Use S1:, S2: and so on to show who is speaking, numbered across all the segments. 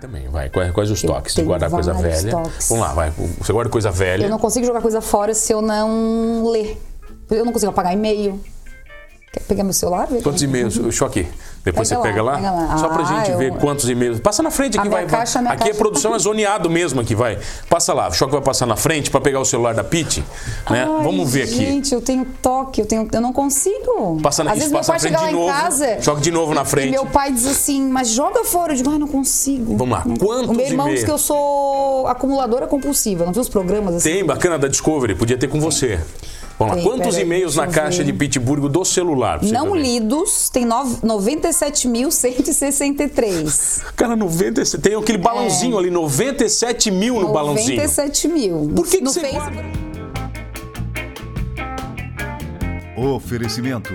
S1: também, vai. Quais, quais os toques?
S2: tenho
S1: Guardar coisa
S2: vários
S1: velha.
S2: toques.
S1: Vamos lá, vai. Você guarda coisa velha.
S2: Eu não consigo jogar coisa fora se eu não ler. Eu não consigo apagar e-mail. Quer pegar meu celular? Ver
S1: Quantos e-mails? Eu choque. Depois você
S2: Pega lá,
S1: pega lá.
S2: pega lá.
S1: Só pra
S2: Ah,
S1: gente
S2: eu-
S1: ver quantos e-mails. Passa na frente
S2: A
S1: aqui,
S2: minha
S1: vai.
S2: caixa, a minha
S1: aqui a
S2: caixa.
S1: produção é zoneado mesmo aqui, vai. Passa lá. O choque vai passar na frente pra pegar o celular da Pete, né?
S2: Ai,
S1: Vamos ver aqui.
S2: Gente, eu tenho toque, eu, tenho, eu não consigo.
S1: Passa na,
S2: Às
S1: isso,
S2: vezes
S1: passa na
S2: meu pai
S1: frente
S2: chega
S1: de
S2: lá
S1: novo.
S2: em casa
S1: Choque de novo na
S2: e
S1: frente.
S2: meu pai diz assim, mas joga fora. Eu digo, ai, não consigo.
S1: Vamos lá,
S2: Não-
S1: quantos
S2: O meu irmão
S1: e-mails?
S2: diz que eu sou acumuladora compulsiva. Não viu os programas assim?
S1: Tem, bacana, da Discovery. Podia ter com você. Vamos lá.
S2: Tem,
S1: Quantos
S2: peraí,
S1: e-mails na
S2: deixa eu
S1: caixa
S2: ver.
S1: de Pittsburgh do celular? pra você
S2: Não
S1: ver?
S2: lidos, tem nove- 97.163.
S1: Cara, 97. Tem aquele
S2: É.
S1: balãozinho ali, 97 mil no balãozinho.
S2: 97 mil.
S1: Por que que
S2: no
S1: você
S2: Facebook-
S1: guarda?
S3: Oferecimento: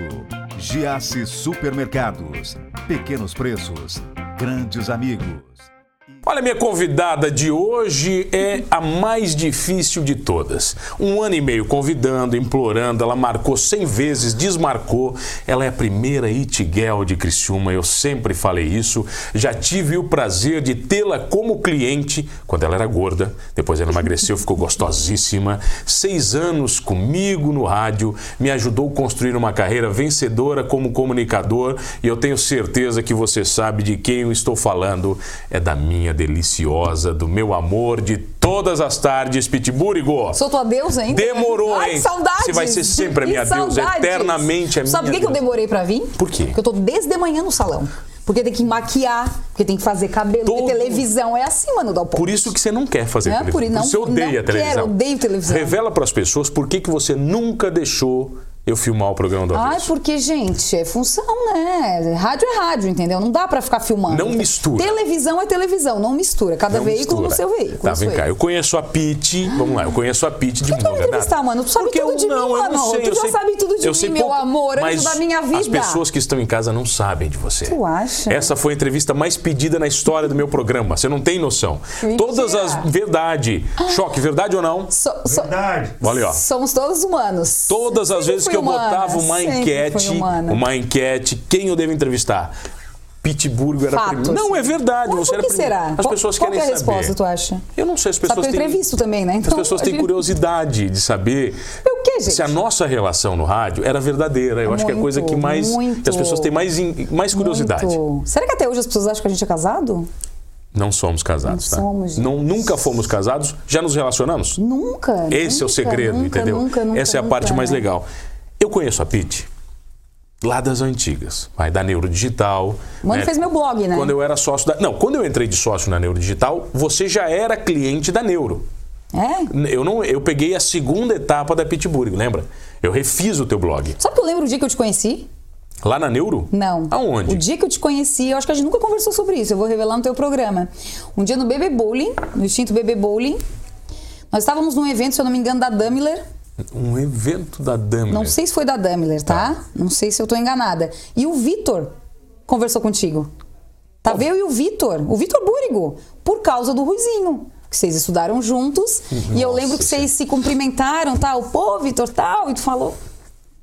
S3: Giasse Supermercados. Pequenos preços, grandes amigos.
S1: Olha, minha convidada de hoje é a mais difícil de todas. Um ano e meio convidando, implorando, ela marcou 100 vezes, desmarcou. Ela é a primeira Itiguel de Criciúma, eu sempre falei isso. Já tive o prazer de tê-la como cliente quando ela era gorda, depois ela emagreceu, ficou gostosíssima. Seis anos comigo no rádio, me ajudou a construir uma carreira vencedora como comunicador e eu tenho certeza que você sabe de quem eu estou falando. É da minha deliciosa, do meu amor de todas as tardes, Pitburigo.
S2: Sou tua deusa, hein?
S1: Demorou,
S2: Ai,
S1: hein?
S2: que saudades.
S1: Você vai ser sempre a
S2: Que
S1: minha deusa,
S2: saudades.
S1: eternamente a
S2: Sabe
S1: minha
S2: por que que eu
S1: deusa.
S2: demorei pra vir?
S1: Por quê?
S2: Porque eu tô desde de manhã no salão. Porque tem que maquiar, porque tem que fazer cabelo,
S1: Todo-
S2: porque televisão é assim, mano, dá o
S1: Por isso que você não quer fazer
S2: É,
S1: televisão.
S2: por- não-
S1: você odeia
S2: não
S1: a televisão.
S2: quero, odeio televisão.
S1: Revela para as pessoas por que, que você nunca deixou eu filmar o programa do
S2: Ai,
S1: Avesso.
S2: porque, gente, é função, né? Rádio é rádio, entendeu? Não dá pra ficar filmando.
S1: Não mistura.
S2: Televisão é televisão, não mistura. Cada
S1: Não
S2: veículo
S1: mistura.
S2: no seu veículo.
S1: Tá,
S2: isso
S1: vem
S2: aí.
S1: cá. Eu conheço a Pete. Vamos lá, eu conheço a Pete de
S2: Por que tu vai me
S1: longa data.
S2: entrevistar, mano? Tu sabe
S1: Porque
S2: tudo
S1: eu
S2: de mim,
S1: não, eu
S2: mano.
S1: Não sei,
S2: Tu
S1: eu
S2: já
S1: sei-
S2: sabe tudo de
S1: eu
S2: mim,
S1: sei
S2: meu
S1: pouco,
S2: amor, antes
S1: mas
S2: da minha
S1: As
S2: vida.
S1: pessoas que estão em casa não sabem de você.
S2: Tu acha?
S1: Essa foi a entrevista mais pedida na história do meu programa. Você não tem noção.
S2: Mentira. Ah.
S1: Todas as. Verdade. Choque, verdade ou não?
S2: So- so-
S4: Verdade.
S1: Olha, ó.
S2: Somos todos humanos.
S1: Todas as
S2: Sempre
S1: vezes
S2: fui
S1: que eu
S2: humana,
S1: botava uma
S2: sempre
S1: enquete,
S2: fui humana.
S1: uma enquete, quem eu devo entrevistar? Pitburgo era a
S2: Fato,
S1: primeira. Não,
S2: assim.
S1: é verdade.
S2: Mas
S1: você
S2: por
S1: era
S2: que
S1: a primeira.
S2: será?
S1: As
S2: Qual-
S1: pessoas
S2: qual
S1: querem
S2: que é a
S1: saber.
S2: resposta, tu acha?
S1: Eu não sei, as
S2: Sabe
S1: pessoas
S2: que eu
S1: têm...
S2: entrevisto também, né?
S1: As
S2: Então,
S1: pessoas
S2: a
S1: têm é
S2: gente-
S1: curiosidade de saber
S2: O quê, gente?
S1: se a nossa relação no rádio era verdadeira. Eu acho que é a coisa que
S2: Muito,
S1: mais.
S2: muito.
S1: que as pessoas têm mais, in- mais curiosidade.
S2: Muito. Será que até hoje as pessoas acham que a gente é casado?
S1: Não somos casados,
S2: Não
S1: tá?
S2: somos, gente.
S1: não, nunca fomos casados, já nos relacionamos?
S2: Nunca.
S1: Esse é o
S2: nunca,
S1: segredo,
S2: nunca,
S1: entendeu?
S2: Nunca, nunca,
S1: Essa é a
S2: nunca,
S1: parte mais
S2: né?
S1: legal. Eu conheço a Pete lá das antigas, vai da Neurodigital.
S2: Mano fez meu blog, né?
S1: Quando eu era sócio da. Não, quando eu entrei de sócio na Neurodigital, você já era cliente da Neuro.
S2: É?
S1: Eu, não, eu peguei a segunda etapa da Pittsburgh, lembra? Eu refiz o teu blog.
S2: Sabe que eu lembro o dia que eu te conheci?
S1: Lá na Neuro?
S2: Não.
S1: Aonde?
S2: O dia que eu te conheci, eu acho que a gente nunca conversou sobre isso, eu vou revelar no teu programa. Um dia no Bebê Bowling, no extinto Bebê Bowling, nós estávamos num evento, se eu não me engano, da Dummler.
S1: Um evento da Dama.
S2: Não sei se foi da Dummler, tá? Não sei se eu tô enganada. E o Vitor conversou contigo. Tá eu e o Vitor, o Vitor Búrigo, por causa do Ruizinho. Que vocês estudaram juntos. e eu
S1: Nossa
S2: lembro que
S1: Senhora.
S2: vocês se cumprimentaram, tal. Pô, Vitor, tal. E tu falou.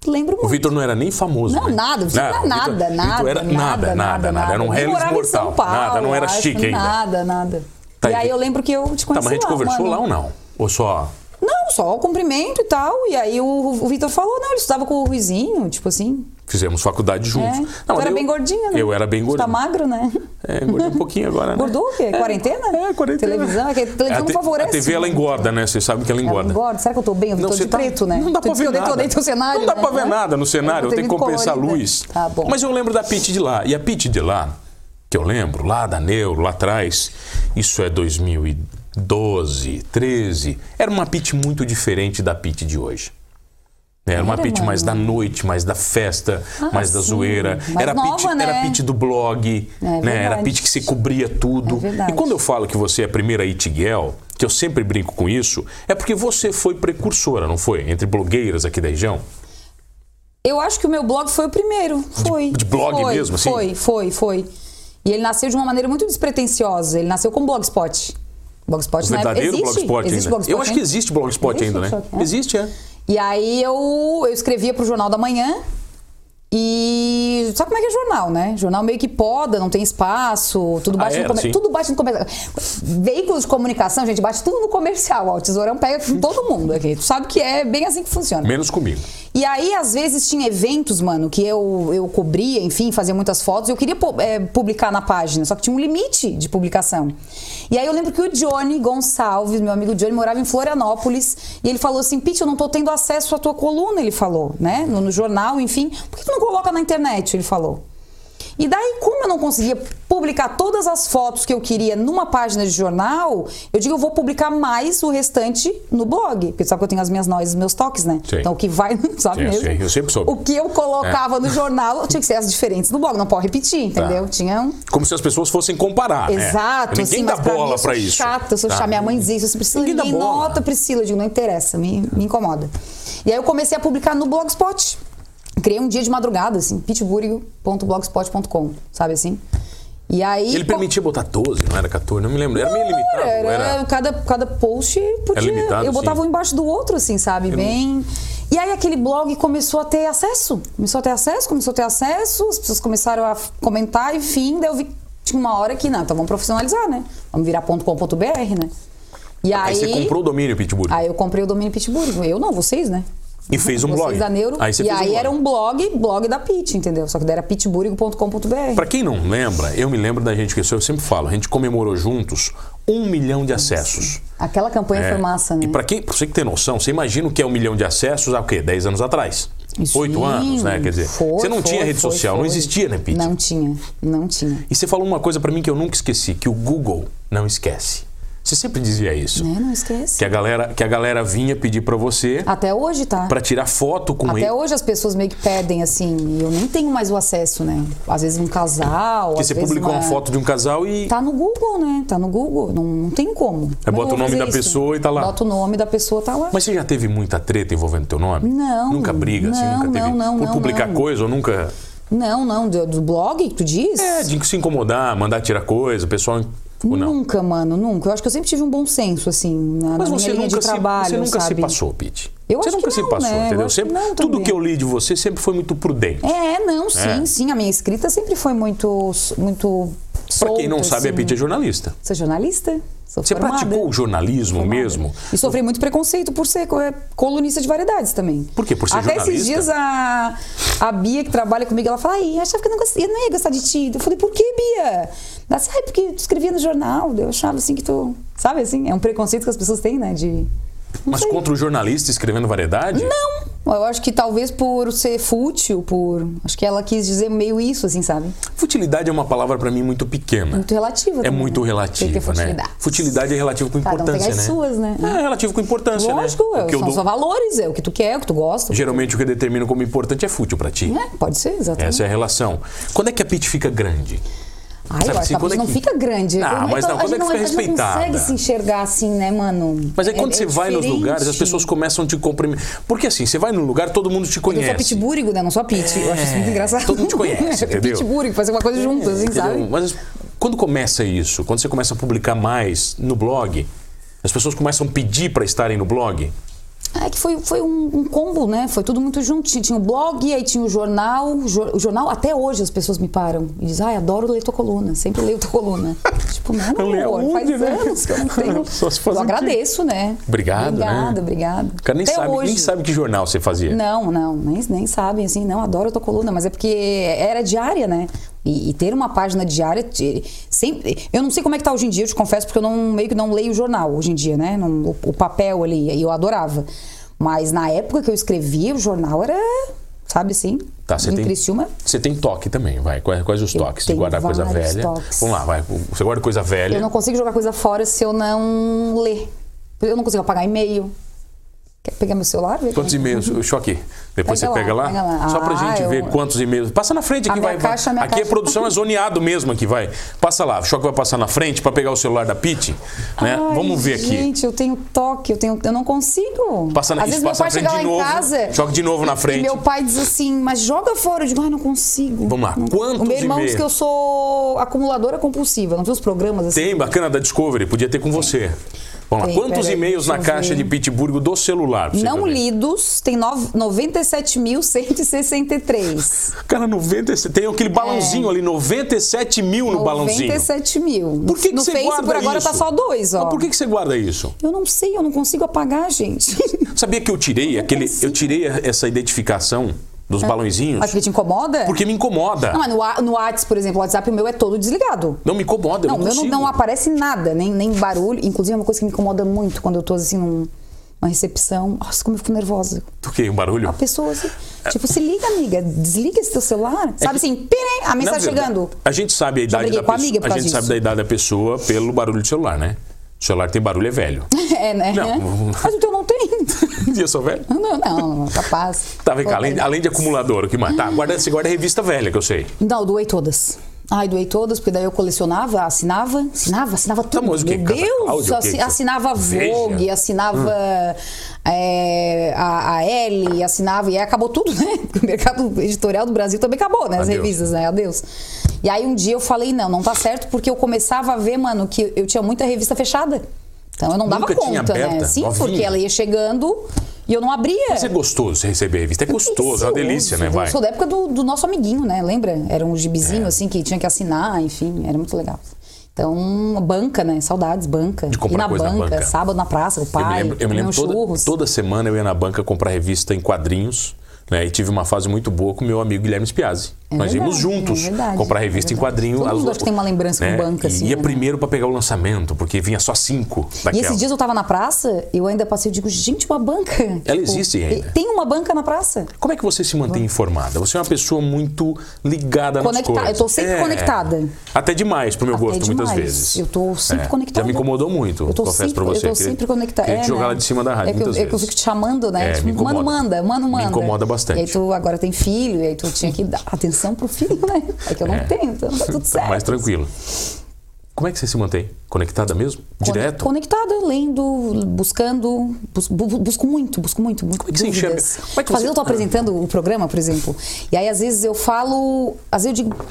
S2: Lembro muito.
S1: O Vitor não era nem famoso.
S2: Não,
S1: né?
S2: nada, o Vitor era
S1: o Vitor-
S2: nada,
S1: Vitor
S2: nada,
S1: era
S2: nada,
S1: nada, nada, nada. Era um
S2: Ele
S1: Hellis
S2: morava em
S1: mortal.
S2: São Paulo,
S1: nada, não era
S2: acho,
S1: chique ainda.
S2: Nada, nada.
S1: Tá,
S2: e aí
S1: e-
S2: eu lembro que eu te
S1: Tá,
S2: conheci
S1: mas a gente
S2: lá,
S1: conversou
S2: mano.
S1: lá ou não? Ou só.
S2: Não, só o cumprimento e tal. E aí o, o Vitor falou, não, ele estudava com o Ruizinho, tipo assim.
S1: Fizemos faculdade juntos.
S2: É.
S1: Não,
S2: tu
S1: mas
S2: era
S1: eu-
S2: bem gordinha, né?
S1: Eu era bem
S2: Tu
S1: gordinho.
S2: Tá magro, né?
S1: É, engordei um pouquinho agora, né?
S2: Engordou o quê? Quarentena?
S1: É, quarentena.
S2: Televisão, é que a televisão
S1: É, te-
S2: favorece
S1: A TV, ela
S2: muito.
S1: engorda, né? Você sabe que ela
S2: Ela
S1: engorda.
S2: engorda. Será que eu tô bem? Eu tô
S1: você tá-
S2: de preto, né?
S1: Não dá
S2: Tu
S1: pra
S2: disse que
S1: ver
S2: eu dei-
S1: nada.
S2: Eu dei teu cenário,
S1: não dá
S2: né?
S1: pra ver nada no cenário. Eu,
S2: vou ter
S1: tenho que
S2: vindo
S1: compensar a
S2: colorida.
S1: luz.
S2: Tá bom.
S1: Mas eu lembro da Pete de lá. E a Pete de lá, que eu lembro, lá da Neuro, lá atrás, isso é 2012, 13, era uma Pete muito diferente da Pete de hoje. Né? Era uma
S2: Era,
S1: Pete mais da
S2: mano?
S1: noite, mais da festa, mais da
S2: sim.
S1: zoeira.
S2: Mais
S1: era a
S2: nova,
S1: Pete,
S2: né?
S1: era a Pete do blog,
S2: É
S1: né? Era a
S2: verdade.
S1: Pete que se cobria tudo.
S2: É verdade.
S1: e quando eu falo que você é a primeira It Girl, que eu sempre brinco com isso, é porque você foi precursora, não foi? Entre blogueiras aqui da região.
S2: Eu acho que o meu blog foi o primeiro. Foi.
S1: de blog
S2: foi,
S1: mesmo, assim?
S2: Foi, foi, foi. E ele nasceu de uma maneira muito despretensiosa. Ele nasceu com Blogspot. Blogspot
S1: O
S2: na época-
S1: verdadeiro
S2: existe?
S1: Blogspot
S2: existe
S1: ainda.
S2: Blogspot
S1: eu acho que
S2: ainda?
S1: existe Blogspot
S2: Existe,
S1: ainda, né?
S2: só que- é.
S1: Existe, é.
S2: E aí eu, eu escrevia pro Jornal da Manhã E sabe como é que é jornal, né? Jornal meio que poda, não tem espaço, tudo bate
S1: Ah,
S2: no
S1: é?
S2: comercial.
S1: Sim.
S2: Tudo bate no comercial. Veículos de comunicação, gente, bate tudo no comercial. Ó, o tesourão pega com todo mundo aqui. Tu sabe que é bem assim que funciona.
S1: Menos comigo.
S2: E aí, às vezes, tinha eventos, mano, que eu, eu cobria, enfim, fazia muitas fotos. Eu queria pu- eh, publicar na página, só que tinha um limite de publicação. E aí eu lembro que o Johnny Gonçalves, meu amigo Johnny, morava em Florianópolis. E ele falou assim, Pete, eu não tô tendo acesso à tua coluna, ele falou, né? No, no jornal, enfim. Por que tu não coloca na internet, ele falou. E daí, como eu não conseguia publicar todas as fotos que eu queria numa página de jornal, eu digo, eu vou publicar mais o restante no blog. Porque tu sabe que eu tenho as minhas nós, os meus toques, né?
S1: Sim.
S2: Então, o que vai, sabe
S1: Sim,
S2: mesmo?
S1: sim, eu sempre soube. É.
S2: O que eu colocava no jornal tinha que ser as diferentes do blog, não pode repetir,
S1: Tá.
S2: entendeu? Tinha um...
S1: Como se as pessoas fossem comparar, né?
S2: Exato,
S1: Ninguém
S2: assim,
S1: dá
S2: mas pra mim,
S1: bola
S2: eu sou
S1: pra isso.
S2: chata, eu sou
S1: tá?
S2: chata. Minha mãe dizia isso, assim, Priscila,
S1: Ninguém dá
S2: ninguém
S1: bola.
S2: nota, Priscila. Eu digo, não interessa, me, me incomoda. E aí eu comecei a publicar no Blogspot. Criei um dia de madrugada, assim, pitburgo.blogspot.com, sabe assim? E aí...
S1: Ele permitia botar 12, não era 14, não me lembro. Era meio limitado.
S2: Era,
S1: era-
S2: Cada, cada post podia.
S1: Era limitado,
S2: eu botava
S1: sim.
S2: um embaixo do outro, assim, sabe? Bem. E aí aquele blog começou a ter acesso. Começou a ter acesso, começou a ter acesso, as pessoas começaram a f- comentar, enfim, daí eu vi que tinha uma hora que, não, então vamos profissionalizar, né? Vamos virar .com.br, né? E aí,
S1: Aí você comprou o domínio, Pitbull.
S2: aí eu comprei o domínio Pittsburgh. Eu não, vocês, né?
S1: e fez um
S2: vocês
S1: blog.
S2: da Neuro.
S1: Aí você
S2: e
S1: fez um
S2: aí
S1: blog.
S2: era um blog, blog da Pit, entendeu? Só que daí era pitburgo.com.br.
S1: Pra quem não lembra, eu me lembro da gente que eu sempre falo, a gente comemorou juntos um milhão de acessos.
S2: Aquela campanha
S1: É.
S2: foi massa, né?
S1: E pra quem, pra você que tem noção, você imagina o que é um milhão de acessos há o quê? 10 anos atrás.
S2: Sim,
S1: Oito anos, né? Quer dizer,
S2: foi,
S1: você não
S2: foi,
S1: tinha rede
S2: foi,
S1: social, não
S2: foi.
S1: existia, né, Pete?
S2: Não tinha, não tinha.
S1: E você falou uma coisa pra mim que eu nunca esqueci, que o Google não esquece. Você sempre dizia isso.
S2: Né? Não esquece.
S1: Que a galera, que a galera vinha pedir pra você
S2: Até hoje, tá?
S1: pra tirar foto com
S2: Até
S1: ele.
S2: hoje as pessoas meio que pedem, assim, e eu nem tenho mais o acesso, né? Às vezes um casal.
S1: Que
S2: às
S1: você
S2: vezes
S1: publicou uma... foto de um casal e
S2: Tá no Google, né? Tá no Google. Não, não tem como. Como é que eu
S1: bota
S2: vou
S1: o nome
S2: fazer
S1: da pessoa e tá lá.
S2: Bota o nome da pessoa, tá lá.
S1: Mas você já teve muita treta envolvendo teu nome?
S2: Não.
S1: Nunca briga, assim,
S2: Não,
S1: nunca teve.
S2: não, não,
S1: Por
S2: não,
S1: publicar
S2: não.
S1: coisa ou nunca.
S2: Não, não. Do, do blog que tu diz?
S1: É, de se incomodar, mandar tirar coisa, o pessoal. Ou não.
S2: Nunca, mano, nunca. Eu acho que eu sempre tive um bom senso, assim, na,
S1: Mas
S2: na
S1: você
S2: minha linha
S1: nunca,
S2: de trabalho,
S1: se, você nunca
S2: sabe?
S1: se passou, Pete.
S2: Eu
S1: você
S2: acho
S1: nunca
S2: que
S1: se
S2: não,
S1: passou,
S2: né? Eu
S1: entendeu?
S2: acho que
S1: Sempre,
S2: não
S1: tudo
S2: também.
S1: que eu li de você sempre foi muito prudente.
S2: É, não, sim,
S1: É.
S2: sim. A minha escrita sempre foi muito, muito
S1: Pra quem não
S2: solta,
S1: sabe, a
S2: assim.
S1: Pete é jornalista.
S2: Sou jornalista. Sou
S1: Você
S2: formada.
S1: praticou o jornalismo
S2: Formada.
S1: mesmo?
S2: E sofri muito preconceito por ser co- é, colunista de variedades também.
S1: Por quê? Por ser
S2: Até esses
S1: jornalista?
S2: dias a, a Bia, que trabalha comigo, ela fala: Ai, achava que eu não, gostia, eu não ia gostar de ti. Eu falei: Por que, Bia? Ela disse: Ai, porque tu escrevia no jornal. Eu achava assim que tu. Sabe assim? É um preconceito que as pessoas têm, né? De. Não
S1: Mas
S2: sei.
S1: contra o jornalista escrevendo variedade?
S2: Não! Eu acho que talvez por ser fútil, por. Acho que ela quis dizer meio isso, assim, sabe?
S1: Futilidade é uma palavra pra mim muito pequena.
S2: Muito relativa.
S1: É
S2: também,
S1: muito
S2: né?
S1: relativa,
S2: Tem que ter
S1: né? Futilidade é relativo com
S2: Cada um
S1: importância,
S2: tem as
S1: né?
S2: suas, né?
S1: É relativo com importância,
S2: Lógico,
S1: né? O que eu
S2: são
S1: dou-
S2: só valores, é o que tu quer, é o que tu gosta.
S1: Geralmente o que eu determino como importante é fútil pra ti.
S2: É, pode ser, exatamente.
S1: Essa é a relação. Quando é que a Pete fica grande?
S2: Ai, eu
S1: Sabe,
S2: acho
S1: assim,
S2: que a
S1: quando é
S2: gente não
S1: que-
S2: fica grande.
S1: Ah,
S2: Eu-
S1: mas não,
S2: a
S1: quando
S2: gente
S1: é que fica
S2: a gente não
S1: respeitada?
S2: consegue se enxergar assim, né, mano?
S1: Mas é,
S2: É-
S1: quando
S2: é
S1: você vai nos
S2: diferente.
S1: lugares, as pessoas começam a te comprimir. Porque assim, você vai num lugar, todo mundo te
S2: Eu sou
S1: conhece.
S2: pitbúrigo, né? Não sou pit. Eu acho isso muito engraçado.
S1: É,
S2: É
S1: todo mundo te conhece, entendeu? É,
S2: pitbúrigo, fazer uma coisa junto, assim,
S1: Entendeu?
S2: sabe?
S1: Mas quando começa isso? Quando você começa a publicar mais no blog, as pessoas começam a pedir pra estarem no blog?
S2: É que foi, foi um, um combo, né? Foi tudo muito junto. Tinha, tinha o blog, aí tinha o jornal. O jor- o jornal, até hoje as pessoas me param e dizem, ai, adoro ler tua coluna. Sempre leio tua coluna. tipo, não,
S1: Eu leio
S2: amor, faz
S1: aonde, né?
S2: anos que eu não tenho.
S1: Só se faz
S2: eu
S1: um dia.
S2: agradeço, né?
S1: Obrigado, né?
S2: Obrigada, obrigada.
S1: O cara nem
S2: até
S1: sabe,
S2: hoje.
S1: nem sabe que jornal você fazia.
S2: Não, não, nem, nem sabem, assim, não, adoro a tua coluna, mas é porque era diária, né? E, e ter uma página diária, te- sempre, eu não sei como é que tá hoje em dia, eu te confesso, porque eu não, meio que não leio jornal hoje em dia, né? Não- o, o papel ali, e eu adorava. Mas na época que eu escrevia, o jornal era, sabe assim,
S1: Tá, você
S2: em
S1: tem-
S2: Criciúma,
S1: Você tem toque também, vai. Quais, quais os
S2: Eu
S1: toques? Você
S2: tenho
S1: guarda coisa
S2: vários
S1: velha.
S2: toques.
S1: Vamos lá, vai. Você guarda coisa velha.
S2: eu não consigo jogar coisa fora se eu não ler. Eu não consigo apagar e-mail. Quer pegar meu celular? Ver
S1: Quantos
S2: como é que-
S1: e-mails? Deixa eu aqui. Depois você
S2: Pega lá,
S1: pega lá.
S2: pega lá.
S1: Só pra
S2: Ah,
S1: gente
S2: eu-
S1: ver quantos e-mails. Passa na frente aqui,
S2: A minha
S1: vai. vai.
S2: caixa, a minha
S1: aqui é
S2: caixa.
S1: produção é zoneado mesmo aqui, vai. Passa lá. O choque vai passar na frente pra pegar o celular da Pete. Né?
S2: Ai,
S1: Vamos ver aqui.
S2: Gente, eu tenho toque, eu, tenho, eu não consigo.
S1: Passa na,
S2: Às
S1: isso,
S2: vezes
S1: passa na
S2: meu pai
S1: frente
S2: chega lá
S1: de novo.
S2: em casa
S1: Choque de novo na
S2: e
S1: frente.
S2: meu pai diz assim, mas joga fora. Eu digo, ai, não consigo.
S1: Vamos lá,
S2: Não-
S1: quantos
S2: O meu irmão
S1: e-mails?
S2: diz que eu sou acumuladora compulsiva. Não viu os programas assim?
S1: Tem, bacana, da Discovery. Podia ter com você. Vamos lá.
S2: Tem,
S1: Quantos
S2: peraí,
S1: e-mails na
S2: deixa eu
S1: caixa
S2: ver.
S1: de Pittsburgh do celular? pra você
S2: Não
S1: ver?
S2: lidos, tem nove- 97.163.
S1: Cara, 97. Tem
S2: É.
S1: aquele balãozinho ali, 97 mil no balãozinho.
S2: 97 mil.
S1: Por que, que
S2: no
S1: você
S2: Face,
S1: guarda
S2: por agora,
S1: isso?
S2: tá só dois, ó.
S1: Mas por que, que você guarda isso?
S2: Eu não sei, eu não consigo apagar, gente.
S1: Sabia que eu tirei aquele.
S2: consigo.
S1: Eu tirei a- essa identificação dos balãozinhos?
S2: Acho que te incomoda?
S1: Porque me incomoda.
S2: É. Não, mas no, Wa- no WhatsApp, por exemplo, o WhatsApp o meu é todo desligado.
S1: Não me incomoda,
S2: Não,
S1: eu não
S2: o meu não,
S1: consigo.
S2: não aparece nada, nem, nem barulho. Inclusive, é uma coisa que me incomoda muito quando eu tô assim num- numa recepção. Nossa, como eu fico nervosa.
S1: Do que? Um barulho?
S2: A pessoa assim,
S1: É.
S2: tipo, se liga, amiga, desliga esse teu celular. Sabe assim, pirem, a
S1: Na
S2: mensagem
S1: verdade,
S2: chegando.
S1: A gente sabe a idade
S2: briguei
S1: da
S2: com a
S1: pessoa.
S2: amiga por
S1: A
S2: causa
S1: gente sabe
S2: disso.
S1: da idade da pessoa pelo barulho do celular, né? O celular tem barulho, é velho.
S2: É, né?
S1: Não.
S2: Mas o teu não tem.
S1: E eu sou velho?
S2: Não, não, capaz.
S1: Tá, vem cá,
S2: Pô,
S1: além,
S2: velho.
S1: além de acumulador, o que mais? Tá, guarda, você guarda a revista velha, que eu sei.
S2: Não, doei todas. Ai, doei todas, porque daí eu colecionava, assinava, assinava, assinava tudo.
S1: mas o quê?
S2: Meu
S1: Casa
S2: Deus!
S1: Cláudia, o quê?
S2: assi- assinava
S1: Veja. Hum.
S2: Vogue, assinava é, a, a L, assinava, e aí acabou tudo, né? Porque O mercado editorial do Brasil também acabou, né? As
S1: Adeus.
S2: revistas, né? Adeus. E aí um dia eu falei, não, não tá certo, porque eu começava a ver, mano, que eu tinha muita revista fechada. Então eu não dava
S1: Nunca tinha
S2: conta, né?
S1: aberta,
S2: Sim, porque
S1: novinha.
S2: ela ia chegando e eu não abria.
S1: Mas é gostoso você receber a revista. É gostoso, é uma delícia, né?
S2: Eu
S1: Vai. É.
S2: sou da época do, do nosso amiguinho, né? Lembra? Era um gibizinho, assim, que tinha que assinar, enfim, era muito legal. Então, banca, né? Saudades, banca.
S1: De comprar
S2: Ir na
S1: coisa na
S2: banca,
S1: banca.
S2: sábado na praça, com o
S1: Eu me
S2: pai,
S1: lembro, eu me
S2: comer
S1: lembro
S2: uns
S1: toda,
S2: churros.
S1: toda semana eu ia na banca comprar revista em quadrinhos. Né? E tive uma fase muito boa com meu amigo Guilherme Spiazzi.
S2: É
S1: Nós
S2: verdade,
S1: íamos juntos
S2: é verdade,
S1: comprar
S2: é
S1: revista em
S2: verdade.
S1: quadrinho.
S2: Todo
S1: as-
S2: mundo acho que tem uma lembrança com
S1: E
S2: banca, assim,
S1: Ia
S2: né?
S1: primeiro pra pegar o lançamento, porque vinha só cinco
S2: E
S1: daquela.
S2: esses dias eu tava na praça, eu ainda passei e digo, gente, uma banca. Tipo,
S1: Ela existe ainda.
S2: Tem uma banca na praça.
S1: Como é que você se mantém informada? Você é uma pessoa muito ligada nas
S2: Conecta-
S1: coisas. É.
S2: eu tô sempre conectada.
S1: Até demais, pro meu
S2: Até
S1: gosto, muitas
S2: demais.
S1: vezes. É.
S2: Eu tô sempre conectada.
S1: Já me incomodou muito,
S2: Eu tô
S1: confesso
S2: sempre,
S1: pra você.
S2: Eu tô
S1: Queria-
S2: sempre conectada.
S1: Queria
S2: É,
S1: te jogar
S2: né?
S1: lá de cima da rádio
S2: é que eu,
S1: muitas
S2: é que
S1: vezes.
S2: eu fico te chamando, né?
S1: É,
S2: Tipo,
S1: me incomoda.
S2: mano, manda, mano,
S1: Me
S2: manda.
S1: incomoda bastante.
S2: E aí tu agora tem filho, e aí tu tinha que dar atenção pro filho, né? É que eu não
S1: É.
S2: tenho, então tá tudo certo.
S1: Mais tranquilo. Como é que você se mantém? Conectada mesmo?
S2: Con-
S1: Direto?
S2: Conectada, lendo, buscando. bus- bu- bu- busco muito, busco muito, muito. Como
S1: é que você enxerga? Como é que você-
S2: eu tô apresentando o programa, por exemplo, e aí às vezes eu falo. Às vezes eu digo.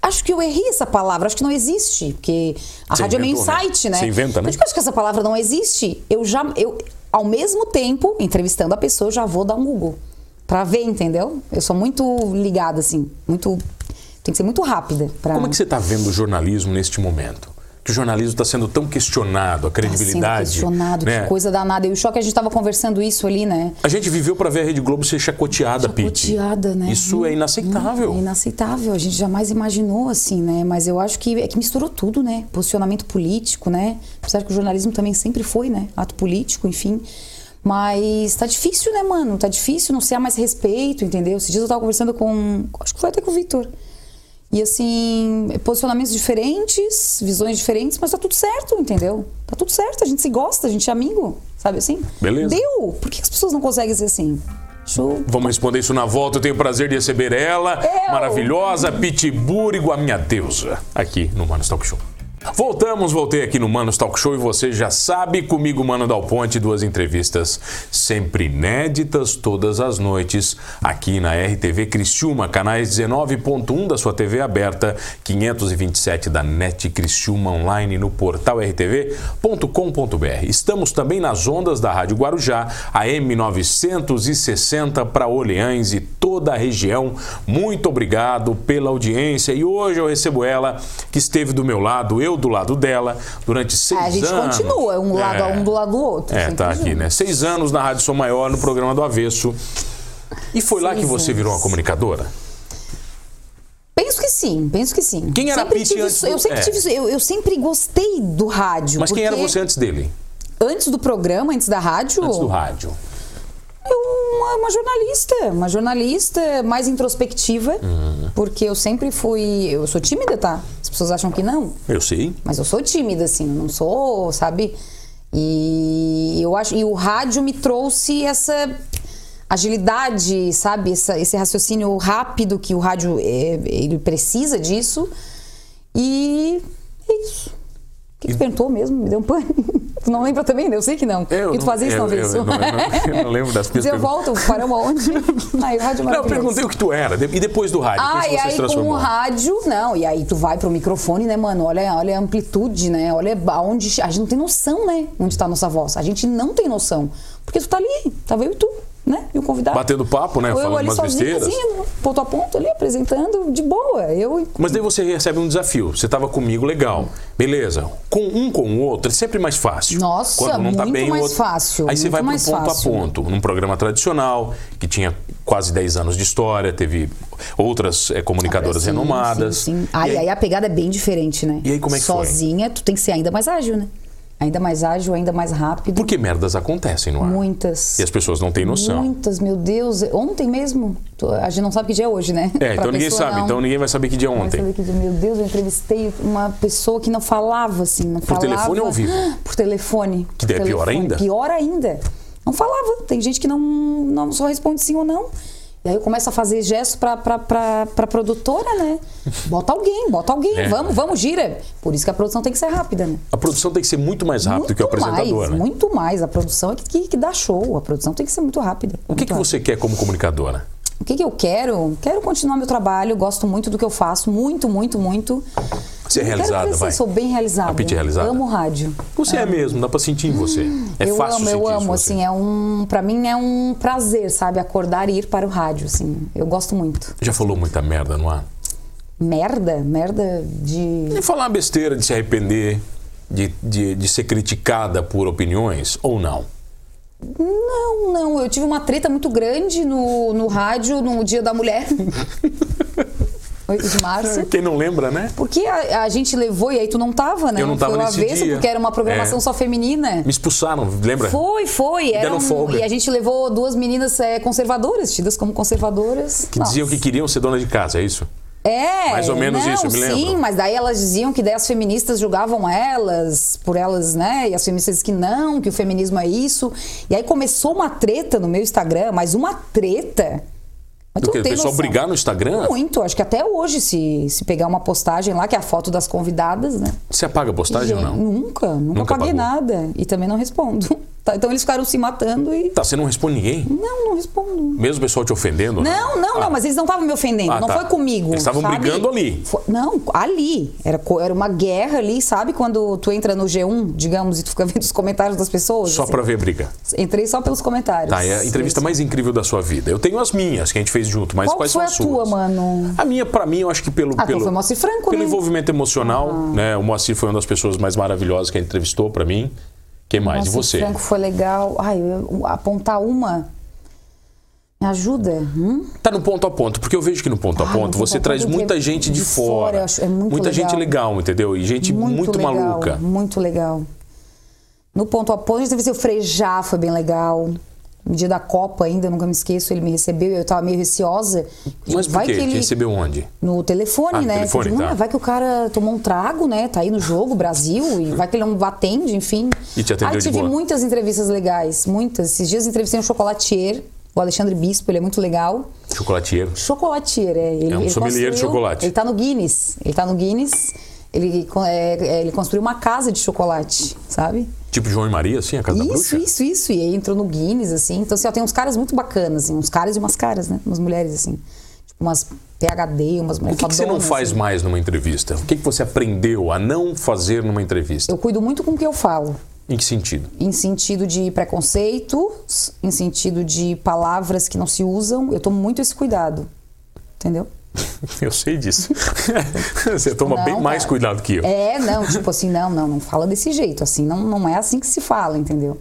S2: Acho que eu errei essa palavra, acho que não existe, porque a
S1: Você
S2: rádio
S1: inventou,
S2: é
S1: né?
S2: meio site, né?
S1: Você inventa, né?
S2: Eu digo, acho que essa palavra não existe. Eu já. Eu, ao mesmo tempo, entrevistando a pessoa, eu já vou dar um Google. Pra ver, entendeu? Eu sou muito ligada, assim. Muito. Tem que ser muito rápida. Pra...
S1: Como é que você está vendo o jornalismo neste momento? Que o jornalismo está sendo tão questionado, a
S2: Tá
S1: credibilidade.
S2: Sendo questionado,
S1: né?
S2: que coisa danada. E o choque, a gente tava conversando isso ali, né?
S1: A gente viveu para ver a Rede Globo ser chacoteada, Pete.
S2: Chacoteada, né?
S1: Isso é inaceitável.
S2: É inaceitável, a gente jamais imaginou assim, né? Mas eu acho que é que misturou tudo, né? Posicionamento político, né? Apesar que o jornalismo também sempre foi, né? Ato político, enfim. Mas tá difícil, né, mano? Tá difícil, não se há mais respeito, entendeu? Esses dias eu tava conversando com. Acho que foi até com o Vitor. E assim, posicionamentos diferentes, visões diferentes, mas tá tudo certo, entendeu? Tá tudo certo, a gente se gosta, a gente é amigo, sabe assim?
S1: Beleza.
S2: Deu! Por que as pessoas não conseguem ser assim? Show.
S1: Vamos responder isso na volta. Eu tenho o prazer de receber ela,
S2: Eu!
S1: maravilhosa Pitburgo, a minha deusa, aqui no Manos Talk Show. Voltamos, voltei aqui no Manos Talk Show e você já sabe, comigo, Mano Dal Ponte, duas entrevistas sempre inéditas todas as noites aqui na RTV Criciúma, canais 19.1 da sua TV aberta, 527 da NET Criciúma online no portal rtv.com.br. Estamos também nas ondas da Rádio Guarujá, a M960 para Orleans e toda a região. Muito obrigado pela audiência. E hoje eu recebo ela, que esteve do meu lado, eu do lado dela, durante seis
S2: É, a
S1: anos.
S2: gente continua, um lado a um do lado do outro.
S1: É,
S2: sempre
S1: tá aqui,
S2: junto.
S1: né? Seis anos na Rádio Sou Maior, no programa do Avesso. E foi lá que
S2: Seis
S1: você
S2: anos.
S1: virou uma comunicadora?
S2: Penso que sim, penso que sim.
S1: Quem era
S2: sempre
S1: Pete
S2: tive
S1: antes
S2: isso-
S1: do-
S2: eu, sempre
S1: é.
S2: tive isso- eu, eu sempre gostei do rádio.
S1: Mas quem era
S2: porque
S1: você antes dele?
S2: Antes do programa, antes da rádio,
S1: Antes do rádio.
S2: eu uma, uma jornalista. Uma jornalista mais introspectiva.
S1: Hum.
S2: Porque eu sempre fui. Eu sou tímida, tá? As pessoas acham que não.
S1: Eu sei.
S2: Mas eu sou tímida, assim, eu não sou, sabe? E eu acho. E o rádio me trouxe essa agilidade, sabe? Essa- esse raciocínio rápido que o rádio é, ele precisa disso. E é isso. que, que tu perguntou mesmo? Me deu um pano. tu não lembra também? Eu sei que não.
S1: Eu
S2: que
S1: não-
S2: tu fazia isso,
S1: eu-
S2: não fez
S1: eu-
S2: isso.
S1: eu não- eu não lembro das
S2: Mas eu
S1: perguntas.
S2: volto para onde? Na Rádio
S1: Não, eu
S2: Maravilhoso.
S1: perguntei o que tu era. de- E É depois do rádio,
S2: Ah,
S1: quem que
S2: e
S1: você se
S2: aí com o
S1: transformou?
S2: rádio, não, e aí tu vai pro microfone, né, mano? Olha, olha a amplitude, né? Olha onde. A gente não tem noção, né? Onde tá a nossa voz. A gente não tem noção. Porque tu tá ali, tava eu e tu, né? E o convidado.
S1: Batendo papo, né?
S2: Eu
S1: Falando
S2: ali
S1: umas
S2: sozinha,
S1: besteiras.
S2: assim, ponto a ponto ali, apresentando de boa. Eu e
S1: Mas daí você recebe um desafio. Você estava comigo, legal. Beleza. Com um com o outro é sempre mais fácil.
S2: Nossa,
S1: Quando não tá
S2: muito
S1: bem, o
S2: mais
S1: outro...
S2: fácil,
S1: Aí você
S2: muito
S1: vai pro
S2: mais
S1: ponto
S2: fácil.
S1: a ponto. Num programa tradicional, que tinha quase 10 anos de história, teve outras eh, comunicadoras
S2: Ah, Sim,
S1: renomadas.
S2: Sim, sim. Aí,
S1: E
S2: aí a pegada é bem diferente, né?
S1: E aí como é que foi?
S2: Sozinha, tu tem que ser ainda mais ágil, né? Ainda mais ágil, ainda mais rápido.
S1: Porque merdas acontecem, não é?
S2: Muitas.
S1: E as pessoas não têm noção.
S2: Muitas, meu Deus. é, Ontem mesmo, tu- a gente não sabe que dia é hoje, né?
S1: É, então
S2: Pra
S1: ninguém
S2: pessoa,
S1: sabe.
S2: não.
S1: Então ninguém vai saber que dia é
S2: Vai
S1: ontem.
S2: saber que dia- meu Deus, eu entrevistei uma pessoa que não falava assim, não
S1: Por
S2: falava.
S1: telefone ou ao vivo?
S2: Por telefone.
S1: Que
S2: por
S1: é pior
S2: telefone.
S1: ainda?
S2: Pior ainda. Não falava. Tem gente que não, não só responde sim ou não. E aí eu começo a fazer gesto pra, pra, pra, pra produtora, né? Bota alguém, bota alguém,
S1: É.
S2: vamos, vamos, gira. Por isso que a produção tem que ser rápida, né?
S1: A produção tem que ser muito mais rápida do que o apresentador,
S2: mais,
S1: né?
S2: muito mais. A produção é que, que, que dá show. A produção tem que ser muito rápida.
S1: O que, que você quer como comunicadora?
S2: O que, que eu quero? Quero continuar meu trabalho, gosto muito do que eu faço, muito, muito, muito.
S1: Você é
S2: Eu quero
S1: realizada,
S2: crescer,
S1: vai.
S2: Sou bem realizada.
S1: Rapidinho, realizada.
S2: Amo rádio.
S1: Você é mesmo, dá pra sentir em você. É
S2: eu
S1: fácil
S2: amo,
S1: sentir
S2: eu
S1: isso em
S2: amo,
S1: você.
S2: assim, é um, para mim é um prazer, sabe, acordar e ir para o rádio, assim. Eu gosto muito.
S1: Já falou muita merda, não há?
S2: Merda, merda de
S1: E falar besteira, de se arrepender, de, de, de ser criticada por opiniões ou não?
S2: Não, não, eu tive uma treta muito grande no, no rádio no Dia da Mulher. 8 de março.
S1: Quem não lembra, né?
S2: Porque a, a gente levou e aí tu não tava, né?
S1: Eu não tava
S2: Foi o
S1: nesse
S2: avesso,
S1: dia.
S2: porque era uma programação
S1: É.
S2: só feminina.
S1: Me expulsaram, lembra?
S2: Foi, foi. Era
S1: É. deram
S2: um-
S1: folga.
S2: E a gente levou duas meninas eh, conservadoras, tidas como conservadoras.
S1: Que diziam que queriam ser dona de casa, é isso?
S2: É.
S1: Mais ou menos
S2: não,
S1: isso, eu me lembro.
S2: Sim, mas daí elas diziam que daí as feministas julgavam elas, por elas, né? E as feministas que não, que o feminismo é isso. E aí começou uma treta no meu Instagram, mas uma treta. Mas
S1: Do
S2: tu
S1: que?
S2: não
S1: O
S2: tem
S1: pessoal
S2: noção.
S1: brigar no Instagram?
S2: Muito, acho que até hoje, se, se pegar uma postagem lá, que é a foto das convidadas, né?
S1: Você apaga a postagem ou
S2: Gente,
S1: não?
S2: Nunca, nunca,
S1: Nunca
S2: paguei
S1: pagou.
S2: nada. E também não respondo. Tá, então eles ficaram se matando e.
S1: Tá, você não responde ninguém?
S2: Não, não respondo.
S1: Mesmo o pessoal te ofendendo?
S2: Não, não, não, mas eles não estavam me ofendendo,
S1: Ah,
S2: não
S1: tá.
S2: foi comigo.
S1: Eles estavam
S2: sabe?
S1: brigando ali.
S2: Fo- não, ali. Era, co- era uma guerra ali, sabe? Quando tu entra no G1, digamos, e tu fica vendo os comentários das pessoas.
S1: Só
S2: assim.
S1: pra ver briga.
S2: Entrei só pelos comentários.
S1: Tá, é a entrevista mais incrível da sua vida. Eu tenho as minhas que a gente fez junto, mas
S2: Qual
S1: quais
S2: foi
S1: são as
S2: a tua,
S1: suas?
S2: mano?
S1: A minha, pra mim, eu acho que pelo.
S2: Ah, então
S1: pelo,
S2: foi o Moacir Franco,
S1: Pelo
S2: né? Ah.
S1: envolvimento emocional, né? O Moacir foi uma das pessoas mais maravilhosas que a entrevistou pra mim. Quem mais?
S2: Nossa,
S1: e você?
S2: Franco foi legal. Ai, eu- apontar uma. Me ajuda? Hum?
S1: Tá no ponto a ponto, porque eu vejo que no ponto a
S2: Ah,
S1: ponto
S2: no
S1: você
S2: ponto a
S1: traz
S2: ponto é
S1: muita gente de,
S2: de
S1: fora.
S2: fora, eu acho- é muito
S1: muita
S2: legal.
S1: gente legal, entendeu? E gente muito,
S2: legal,
S1: maluca.
S2: Muito legal. No ponto a ponto, a gente teve o Frejá, foi bem legal. No dia da Copa ainda, eu nunca me esqueço, ele me recebeu e eu tava meio receosa.
S1: Mas por
S2: Tipo, Vai
S1: quê?
S2: que ele...
S1: Recebeu onde?
S2: No telefone,
S1: Ah, no
S2: né?
S1: telefone,
S2: Tipo,
S1: tá.
S2: "Ah, Vai que o cara tomou um trago, né? Tá aí no jogo, Brasil, e vai que ele não atende, enfim.
S1: E te atendeu
S2: Aí
S1: de
S2: tive
S1: boa.
S2: muitas entrevistas legais, muitas. Esses dias entrevistei um chocolatier, o Alexandre Bispo, ele é muito legal.
S1: Chocolatier.
S2: Chocolatier, é. Ele,
S1: É um
S2: ele
S1: sommelier de
S2: construiu-
S1: chocolate.
S2: Ele tá no Guinness. Ele tá no Guinness. Ele, co- é, é, ele construiu uma casa de chocolate, sabe?
S1: Tipo João e Maria, assim, a casa da
S2: Isso,
S1: bruxa?
S2: isso, isso. E aí entrou no Guinness, assim. Então, assim, ó, tem uns caras muito bacanas, assim, uns caras e umas caras, né? Umas mulheres, assim. Tipo, umas PHD, umas
S1: O
S2: mulheres
S1: que, que você não
S2: fodonas,
S1: faz
S2: assim.
S1: mais numa entrevista? O que, que você aprendeu a não fazer numa entrevista?
S2: Eu cuido muito com o que eu falo.
S1: Em que sentido?
S2: Em sentido de preconceitos, em sentido de palavras que não se usam. Eu tomo muito esse cuidado. Entendeu?
S1: Eu sei disso. você toma
S2: Não,
S1: bem mais
S2: cara.
S1: cuidado que eu.
S2: É, não, tipo assim, não, não, não fala desse jeito, assim, não, não é assim que se fala, entendeu?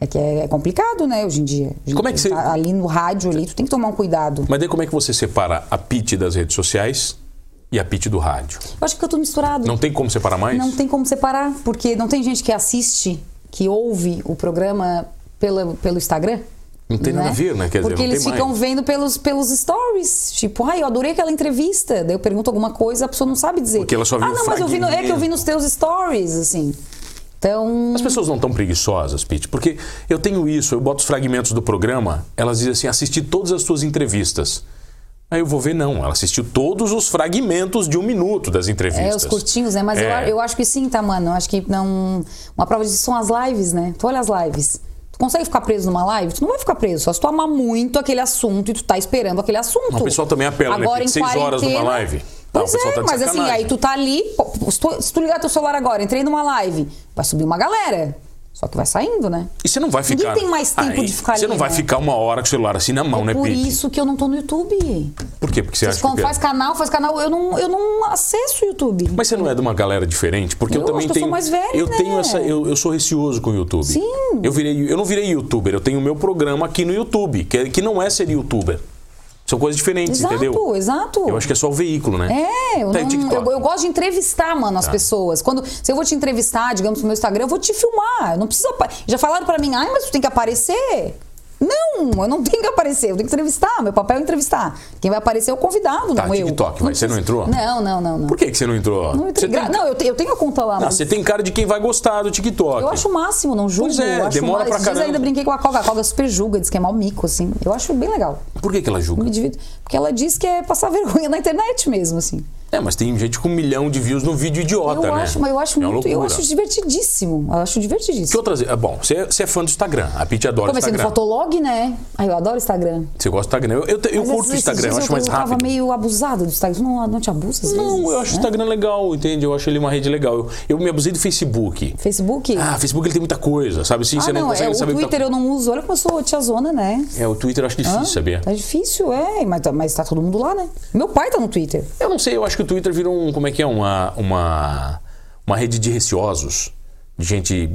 S2: É que é, é complicado, né, hoje em dia. Hoje em
S1: Como é que
S2: dia,
S1: você-
S2: tá ali no rádio, ali, tu tem que tomar um cuidado.
S1: Mas daí como é que você separa a pit das redes sociais e a pit do rádio?
S2: Eu acho que eu tô misturado.
S1: Não tem como separar mais?
S2: Não tem como separar, porque não tem gente que assiste, que ouve o programa pela, pelo Instagram.
S1: Não tem nada a ver, né? Quer dizer,
S2: Porque
S1: não tem
S2: eles ficam
S1: mais.
S2: vendo pelos, pelos stories. Tipo, ai, eu adorei aquela entrevista. Daí eu pergunto alguma coisa, a pessoa não sabe dizer.
S1: Porque ela só viu
S2: ah, não, mas eu vi no, é que eu vi nos teus stories, assim. Então.
S1: As pessoas não estão preguiçosas, Pete, porque eu tenho isso, eu boto os fragmentos do programa, elas dizem assim, assistir todas as suas entrevistas. Aí eu vou ver, não. Ela assistiu todos os fragmentos de um minuto das entrevistas.
S2: É, os curtinhos, né? Mas eu,
S1: É.
S2: eu acho que sim, tá, mano? Eu acho que não. Uma prova disso são as lives, né? Tu olha as lives. Tu consegue ficar preso numa live? Tu não vai ficar preso. Só se tu amar muito aquele assunto e tu tá esperando aquele assunto.
S1: Mas O pessoal também apela, né?
S2: agora,
S1: Porque
S2: em
S1: seis horas numa
S2: quarentena-
S1: live. Não, o
S2: Pois
S1: pessoal
S2: é,
S1: tá de
S2: mas assim,
S1: sacanagem.
S2: aí tu tá ali. pô, Se tu, se tu ligar teu celular agora, entrei numa live, vai subir uma galera. Só que vai saindo, né?
S1: E você não vai
S2: Ninguém
S1: ficar.
S2: tem mais tempo
S1: Aí,
S2: de ficar
S1: Você
S2: ali,
S1: não vai
S2: né? É
S1: ficar uma hora com o celular assim na mão, né,
S2: Por
S1: Pique?
S2: isso que eu não tô no YouTube.
S1: Por quê? Porque você
S2: Vocês
S1: acha que. é
S2: falam, faz canal, faz canal. Eu não, eu não acesso o YouTube.
S1: Mas você não é de uma galera diferente? Porque eu,
S2: Eu
S1: também
S2: acho que eu
S1: tenho.
S2: sou mais velha,
S1: eu
S2: né?
S1: tenho essa. Eu, eu sou receoso com o YouTube.
S2: Sim.
S1: Eu, virei, eu não virei youtuber, eu tenho o meu programa aqui no YouTube, que, é- que não é ser youtuber. São coisas diferentes,
S2: exato,
S1: entendeu?
S2: exato.
S1: Eu acho que é só o veículo, né?
S2: É, eu,
S1: Tá, e
S2: não,
S1: TikTok? Tá.
S2: eu, eu gosto de entrevistar, mano, as pessoas. Quando, se eu vou te entrevistar, digamos, no meu Instagram, eu vou te filmar. Eu não preciso. apa- Já falaram pra mim, ai, mas tu tem que aparecer. Não, eu não tenho que aparecer, eu tenho que entrevistar. Meu papel é entrevistar. Quem vai aparecer é o convidado,
S1: Tá,
S2: não eu.
S1: TikTok, mas você não entrou?
S2: Não, não, não, não.
S1: Por que, que você não entrou?
S2: Não,
S1: você
S2: entrei- gra-
S1: tem-
S2: não, eu, te- eu tenho a conta lá,
S1: Ah,
S2: mas
S1: você tem cara de quem vai gostar do TikTok.
S2: eu acho o máximo, não julgo.
S1: Pois é,
S2: eu acho
S1: demora
S2: o
S1: pra
S2: máximo. Às vezes
S1: caramba.
S2: ainda brinquei com a Coca. A Coca super julga, diz que é mau mico, assim. Eu acho bem legal.
S1: Por que, que ela
S2: Eu
S1: julga?
S2: me divido. Porque ela diz que é passar vergonha na internet mesmo, assim.
S1: É, mas tem gente com um milhão de views num vídeo idiota,
S2: eu
S1: né?
S2: acho, mas eu acho
S1: é uma
S2: muito, eu
S1: loucura.
S2: acho divertidíssimo. Eu acho
S1: Que
S2: divertidíssimo.
S1: outras. ah, Bom, você, você é fã do Instagram. A Pete adora o
S2: Comecei no
S1: Instagram.
S2: Fotolog, né? Ai, eu adoro Instagram.
S1: Você gosta do Instagram? Eu, eu, eu
S2: Mas
S1: curto
S2: esses-
S1: o Instagram,
S2: esses
S1: eu
S2: dias
S1: acho mais
S2: Eu tava
S1: rápido.
S2: meio abusada do Instagram. Tu Não, não te abusa às vezes?
S1: Não, eu acho o
S2: né?
S1: Instagram legal, entende? Eu acho ele uma rede legal. Eu, eu me abusei do Facebook.
S2: Facebook?
S1: Ah, Facebook ele tem muita coisa, sabe? Sim,
S2: Ah,
S1: você não,
S2: é,
S1: consegue
S2: o
S1: saber tá
S2: Twitter
S1: muita...
S2: eu não uso. Olha como eu sou tiazona, né?
S1: É, o Twitter eu acho difícil,
S2: Hã?
S1: sabia?
S2: Tá difícil, é. Mas, tá- mas tá todo mundo lá, né? Meu pai tá no Twitter.
S1: Eu não sei, eu acho que o Twitter virou um, como é que é, uma, uma, uma rede de receosos, de gente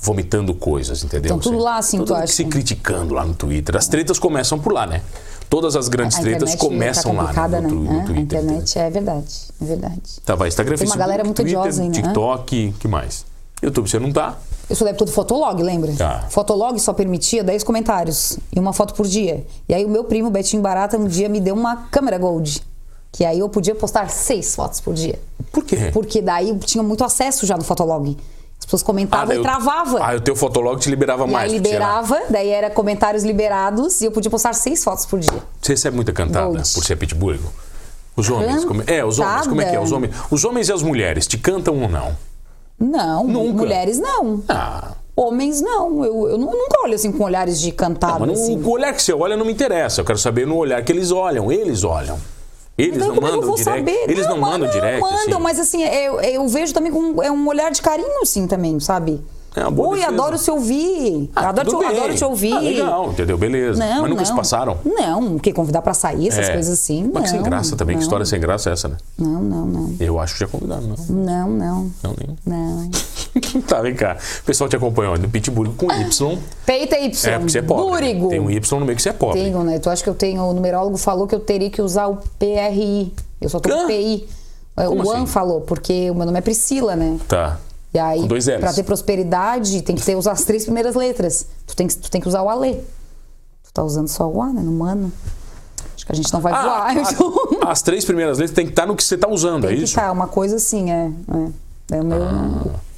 S1: vomitando coisas, entendeu?
S2: Então, tudo
S1: Assim,
S2: lá, assim,
S1: todo
S2: tu
S1: mundo
S2: acha?
S1: se criticando lá no Twitter. As tretas começam por lá, né? Todas as grandes
S2: A
S1: tretas
S2: internet
S1: começam
S2: tá
S1: lá
S2: complicada,
S1: no, tu-
S2: né?
S1: no
S2: É,
S1: Twitter.
S2: A internet é verdade, é verdade.
S1: Tá, vai, Instagram,
S2: Tem uma
S1: Facebook,
S2: galera muito
S1: Twitter,
S2: odiosa ainda, né?
S1: TikTok, que mais? YouTube você não tá.
S2: Eu sou adepto do Fotolog, lembra?
S1: Tá.
S2: Fotolog só permitia 10 comentários e uma foto por dia. E aí o meu primo, Betinho Barata, um dia me deu uma câmera Gold. Que aí eu podia postar seis fotos por dia.
S1: Por quê?
S2: Porque daí eu tinha muito acesso já no Fotolog. As pessoas
S1: Ah,
S2: comentavam
S1: daí
S2: e
S1: o-
S2: travava.
S1: Ah, o teu fotolog te liberava
S2: e
S1: mais.
S2: aí
S1: porque sei lá,
S2: liberava, daí era comentários liberados e eu podia postar seis fotos por dia.
S1: Você recebe muita cantada
S2: Gold.
S1: por ser pitburgo? Os homens, como... é, os homens,
S2: Cantada?
S1: como é que é? Os homens, os homens e as mulheres, te cantam ou não?
S2: Não,
S1: Nunca.
S2: mulheres não.
S1: Ah,
S2: Homens não. Eu, eu nu- nunca olho assim com olhares de cantada.
S1: mas não-
S2: assim.
S1: o olhar que você olha não me interessa. Eu quero saber no olhar que eles olham. Eles olham. Eles
S2: Então,
S1: não
S2: como é que eu
S1: mandam
S2: vou
S1: direct.
S2: saber?
S1: Eles não, mandam direct.
S2: Não mandam,
S1: assim.
S2: mas assim, eu, eu vejo também com é um olhar de carinho, assim, também, sabe?
S1: É uma boa
S2: Oi,
S1: defesa.
S2: adoro se ouvir.
S1: Ah,
S2: adoro, te,
S1: tudo bem.
S2: adoro te ouvir.
S1: Ah, legal, entendeu? Beleza.
S2: Não,
S1: mas nunca
S2: não.
S1: se passaram.
S2: Não, que convidar pra sair, essas
S1: É.
S2: coisas assim.
S1: Mas que sem
S2: não,
S1: graça também. Que
S2: não.
S1: história sem graça é essa, né?
S2: Não, não, não.
S1: Eu acho que já convidaram, não.
S2: Não, não.
S1: Não, nem.
S2: Não.
S1: tá, vem cá. O pessoal te acompanhou no Pitburgo com Y.
S2: Peita Y.
S1: É, porque você é pobre. né?
S2: Búrigo.
S1: Tem um Y no meio que você é pobre.
S2: Tenho, né? Tu acha que eu tenho. O numerólogo falou que eu teria que usar o PRI. Eu só tô
S1: Hã?
S2: com PI. É,
S1: Como
S2: o Juan
S1: assim?
S2: falou, porque o meu nome é Priscila, né?
S1: Tá.
S2: E aí,
S1: Com dois L's.
S2: pra ter prosperidade, tem que ter usar as três primeiras letras. Tu tem, que- tu tem que usar o ALE. Tu tá usando só o A, né? No mano. Acho que a gente não vai
S1: Ah,
S2: voar. então,
S1: a- as três primeiras letras tem que estar no que você está usando, é
S2: tem que
S1: isso?
S2: tá, uma coisa assim, é. É, é o meu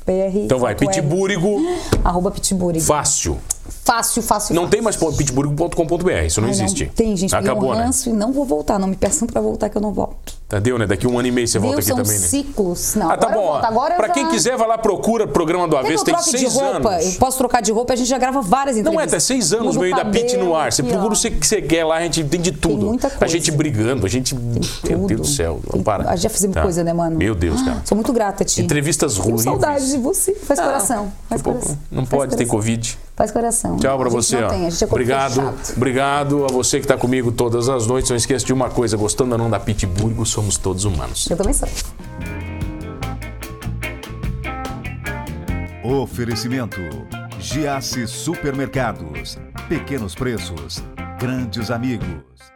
S2: PR.
S1: Então vai,
S2: ponto R.
S1: pitburgo,
S2: Arroba Pitbury.
S1: fácil.
S2: Fácil, fácil,
S1: Não
S2: fácil.
S1: tem mais po- pitburgo.com.br, isso não
S2: Ai,
S1: existe.
S2: tem, gente. Peguei
S1: Acabou,
S2: um
S1: né?
S2: ranço e não vou voltar. Não me peçam pra voltar que eu não volto.
S1: Tá, deu, né? Daqui um ano e meio você volta
S2: Deus,
S1: aqui
S2: são
S1: também, né?
S2: ciclos. Não,
S1: Ah, tá
S2: agora eu
S1: bom.
S2: volto. Agora eu
S1: pra
S2: já-
S1: quem quiser, vai lá, procura programa do
S2: Quer que
S1: Avesso,
S2: eu
S1: tem
S2: troque de
S1: seis
S2: roupa?
S1: anos.
S2: Eu posso trocar de roupa, a gente já grava várias
S1: Não é,
S2: entrevistas.
S1: tá seis anos
S2: Muda
S1: o meio da Pit
S2: cabelo
S1: no ar. Você
S2: aqui, ó.
S1: procura o que você quer lá, a gente tem de tudo.
S2: muita
S1: A
S2: coisa.
S1: gente brigando, a gente. Meu Deus do céu,
S2: Tem-
S1: para.
S2: Ah, Já fizemos
S1: Tá.
S2: coisa, né, mano?
S1: Meu Deus, cara.
S2: Sou muito grata, Ti.
S1: Entrevistas
S2: Tenho
S1: ruins.
S2: saudade de você. Faz
S1: Ah,
S2: coração. Faz
S1: tipo,
S2: coração.
S1: Não
S2: Faz
S1: pode ter
S2: coração.
S1: Covid.
S2: Faz coração.
S1: Tchau pra
S2: A gente
S1: você.
S2: não
S1: ó.
S2: tem, a gente é corpo
S1: obrigado,
S2: fechado.
S1: obrigado a você que tá comigo todas as noites. Não esqueça de uma coisa, gostando ou não da Pitburgo, somos todos humanos.
S2: Eu também sou.
S3: Oferecimento: Giasse Supermercados. Pequenos preços, grandes amigos.